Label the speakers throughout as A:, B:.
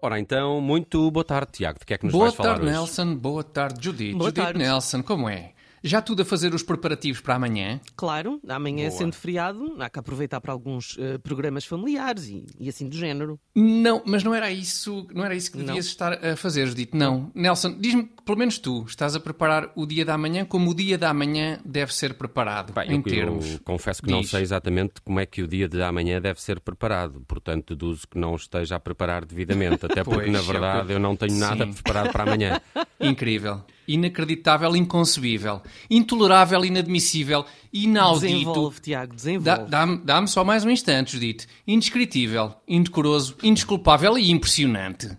A: Ora então, muito boa tarde, Tiago. De que é que nos
B: Boa
A: vais falar
B: tarde,
A: hoje?
B: Nelson. Boa tarde, Judith.
C: Boa
B: Judith
C: tarde.
B: Nelson, como é? Já tudo a fazer os preparativos para amanhã?
C: Claro, amanhã
A: Boa.
C: sendo feriado, há que aproveitar para alguns eh, programas familiares e, e assim do género.
B: Não, mas não era isso, não era isso que devias
C: Não.
B: estar a fazer, Judith. Não. Nelson, diz-me, que pelo menos tu, estás a preparar o dia da manhã como o dia da manhã deve ser preparado,
A: Bem,
B: em
A: eu,
B: termos.
A: eu confesso que não
B: Diz.
A: sei exatamente como é que o dia de amanhã deve ser preparado, portanto deduzo que não esteja a preparar devidamente, até porque
B: Pois,
A: na
B: é o que eu-
A: verdade eu não tenho nada
B: Sim.
A: preparado para amanhã.
B: Incrível, inacreditável, inconcebível, intolerável, inadmissível, inaudito.
C: Desenvolve, Tiago, desenvolve.
B: Dá- Dá-me dá-me só mais um instante, Judite. Indescritível, indecoroso, indesculpável e impressionante.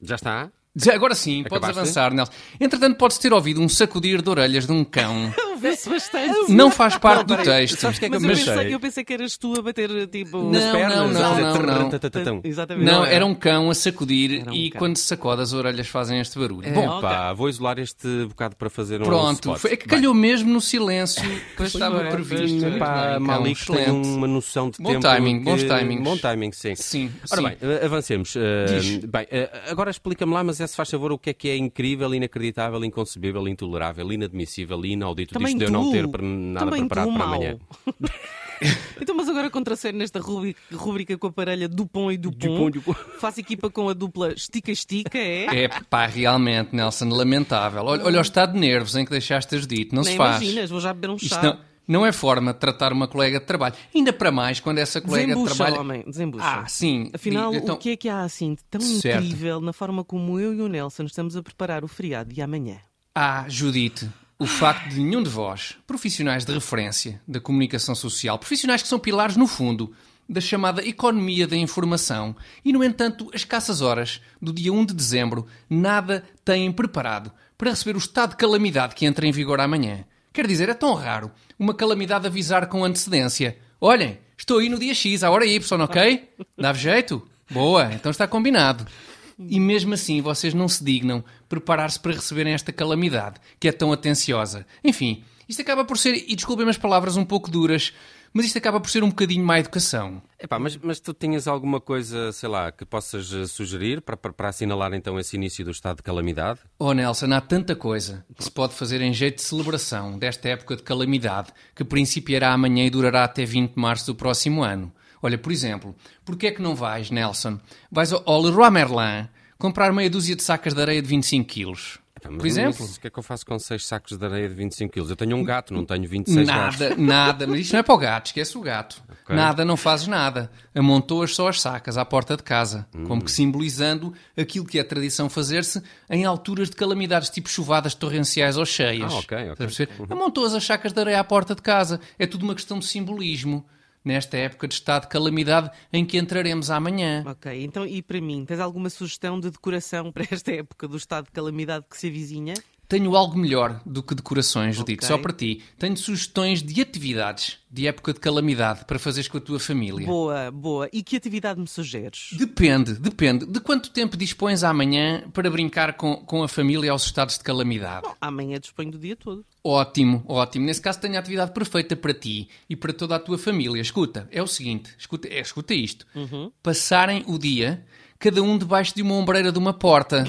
A: Já está?
B: Já- Agora sim, podes
A: Acabaste?
B: avançar, Nelson. Entretanto, podes ter ouvido um sacudir de orelhas de um cão.
C: Vê-se bastante.
B: Não faz parte do
A: peraí,
B: texto.
A: sabes o que é que
C: Mas eu
A: eu
C: pensei,
A: pensei?
C: eu pensei que eras tu a bater tipo.
B: Não,
C: nas pernas,
B: não,
C: a
B: não,
C: fazer
B: não, não.
A: Tatatão.
C: Exatamente.
B: Não, era um cão a sacudir
C: Era um
B: e
C: cão.
B: quando se sacode as orelhas fazem este barulho. Bom,
C: ok.
A: Pá, vou isolar este bocado para fazer um
B: pronto.
A: spot.
B: Foi, é que
A: Bem,
B: calhou mesmo no silêncio que estava
C: é,
B: previsto. Muito bem,
A: Pá,
B: cão,
A: Malik tem um-
B: excelente.
A: uma noção de
B: Bom
A: tempo.
B: timing,
A: que-
B: bons timings.
A: Bom timing, sim.
B: Sim,
A: Ora
B: sim.
A: bem, eh, avancemos. Eh,
B: Diz.
A: Bem, eh, agora explica-me lá, mas é se faz favor o que é que é incrível, inacreditável, inconcebível, intolerável, inadmissível e inaudito
C: Também
A: disto de eu
C: tu.
A: não ter pre- nada
C: Também
A: preparado
C: tu,
A: para
C: mau.
A: amanhã.
C: Então, mas agora contracendo nesta rubrica, rubrica com a parelha Dupont e Dupont.
A: Dupont, Dupont.
C: Faço equipa com a dupla Estica-Estica, é?
B: É pá, realmente, Nelson, lamentável. Olha, olha o estado de nervos em que deixaste as dito, não
C: Nem
B: se faz.
C: imaginas, vou já beber um chá.
B: Isto não, não é forma de tratar uma colega de trabalho. Ainda para mais quando essa colega de
C: Desembucha,
B: trabalho.
C: homem, desembucha.
B: Ah, sim.
C: Afinal,
B: Então-
C: o que é que há assim de tão
B: Certo.
C: incrível na forma como eu e o Nelson estamos a preparar o feriado de amanhã?
B: Ah, Judite, o facto de nenhum de vós, profissionais de referência da comunicação social, profissionais que são pilares, no fundo, da chamada economia da informação, e, no entanto, as escassas horas do dia 1 de dezembro, nada têm preparado para receber o estado de calamidade que entra em vigor amanhã. Quer dizer, é tão raro uma calamidade avisar com antecedência. Olhem, estou aí no dia X, à hora Y, ok? Dá jeito? Boa, então está combinado. E mesmo assim vocês não se dignam preparar-se para receberem esta calamidade, que é tão atenciosa. Enfim, isto acaba por ser, e desculpem as palavras um pouco duras, mas isto acaba por ser um bocadinho má educação.
A: Epá, mas, mas tu tinhas alguma coisa, sei lá, que possas eh, sugerir para, para, para assinalar então esse início do estado de calamidade?
B: Oh Nelson, há tanta coisa que se pode fazer em jeito de celebração desta época de calamidade que principiará amanhã e durará até 20 de março do próximo ano. Olha, por exemplo, porquê é que não vais, Nelson? Vais ao- ao Leroy Merlin comprar meia dúzia de sacas de areia de 25 quilos.
A: Epá, mas-
B: Por exemplo?
A: mas O que é que eu faço com seis sacos de areia de 25 quilos? Eu tenho um gato, não tenho 26 gatos.
B: Nada, nada. Mas isto não é para o gato, esquece o gato.
A: Ok.
B: Nada, não fazes nada. Amontoas só as sacas à porta de casa, como que simbolizando aquilo que é tradição fazer-se em alturas de calamidades, tipo chuvadas torrenciais ou cheias.
A: Ah, ok, ok.
B: Estás a perceber? Amontoas as sacas de areia à porta de casa. É tudo uma questão de simbolismo. Nesta época de estado de calamidade em que entraremos amanhã.
C: Ok, então e para mim, tens alguma sugestão de decoração para esta época do estado de calamidade que se avizinha?
B: Tenho algo melhor do que decorações, Judite,
C: Ok.
B: só para ti. Tenho sugestões de atividades de época de calamidade para fazeres com a tua família.
C: Boa, boa. E que atividade me sugeres?
B: Depende, depende. De quanto tempo dispões amanhã para brincar com, com a família aos estados de calamidade?
C: Amanhã disponho do dia todo.
B: Ótimo, ótimo. Nesse caso tenho a atividade perfeita para ti e para toda a tua família. Escuta, é o seguinte, escuta, é, escuta isto. Passarem o dia cada um debaixo de uma ombreira de uma porta,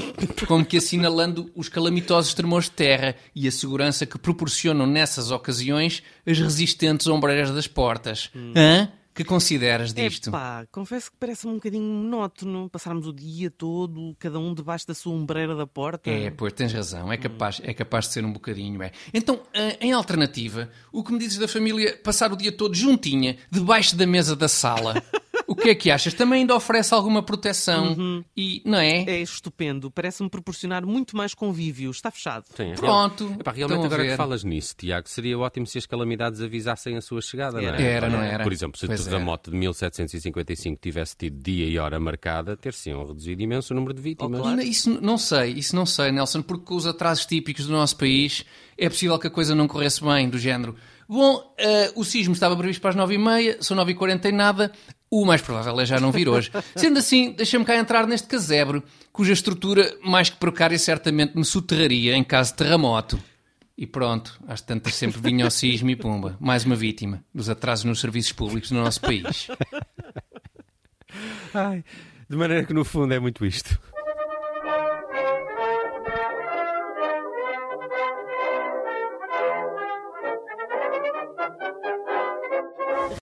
B: como que assinalando os calamitosos tremores de terra e a segurança que proporcionam nessas ocasiões as resistentes ombreiras das portas. Hã? Que consideras disto?
C: Epá, confesso que parece-me um bocadinho monótono passarmos o dia todo, cada um debaixo da sua ombreira da porta.
B: É, pois tens razão, é capaz, é capaz de ser um bocadinho, é. Então, eh, em alternativa, o que me dizes da família passar o dia todo juntinha, debaixo da mesa da sala? O que é que achas? Também ainda oferece alguma proteção e, não é?
C: É estupendo, parece-me proporcionar muito mais convívio. Está fechado.
A: Sim, é
B: Pronto,
A: real- Epá, realmente
B: estão a
A: agora que
B: ver.
A: falas nisso, Tiago, seria ótimo se as calamidades avisassem a sua chegada, não é?
B: Era, não era?
A: Por exemplo, se o
B: Pois era.
A: terremoto de 1755 tivesse tido dia e hora marcada, ter-se-iam reduzido imenso o número de vítimas.
B: Não, Isso n- não sei, isso não sei, Nelson, porque com os atrasos típicos do nosso país é possível que a coisa não corresse bem, do género. Bom, eh, o sismo estava previsto para as 9h30, são 9h40 e nada, o mais provável é já não vir hoje. Sendo assim, deixa-me cá entrar neste casebre, cuja estrutura, mais que precária, certamente me soterraria em caso de terremoto. E pronto, às tantas sempre vinha o sismo e pumba, mais uma vítima dos atrasos nos serviços públicos do nosso país.
A: Ai, de maneira que, no fundo, é muito isto.